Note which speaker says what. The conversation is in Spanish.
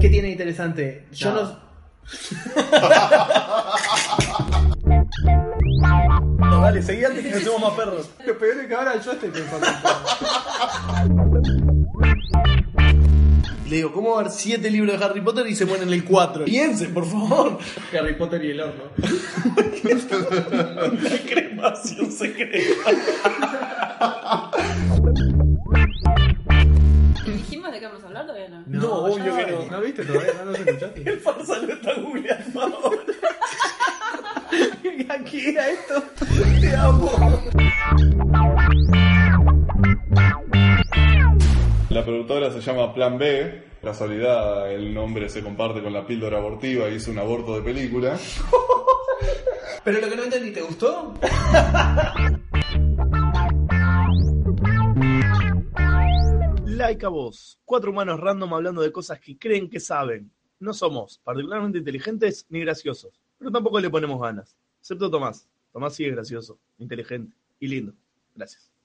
Speaker 1: ¿Qué tiene de interesante? Yo
Speaker 2: No.
Speaker 1: no. No, dale, seguí antes que nos hacemos más perros. Lo peor es que ahora yo estoy pensando.
Speaker 2: Le digo, ¿cómo va a haber siete libros de Harry Potter y se ponen en el 4? Piensen, por favor.
Speaker 1: Harry Potter y el horno.
Speaker 2: Cremación secreta.
Speaker 3: ¿Dijimos de qué vamos a hablar todavía no?
Speaker 2: No, obvio que no.
Speaker 1: ¿No viste todavía? ¿No nos escuchaste?
Speaker 2: El farsa lo está googleando ahora.
Speaker 1: Aquí era esto.
Speaker 2: Te amo.
Speaker 4: La productora se llama Plan B. Casualidad, el nombre se comparte con la píldora abortiva y hizo un aborto de película.
Speaker 1: Pero lo que no entendí, ¿te gustó?
Speaker 5: Like a Vos, cuatro humanos random hablando de cosas que creen que saben. No somos particularmente inteligentes ni graciosos, pero tampoco le ponemos ganas. Excepto Tomás. Tomás sí es gracioso, inteligente y lindo. Gracias.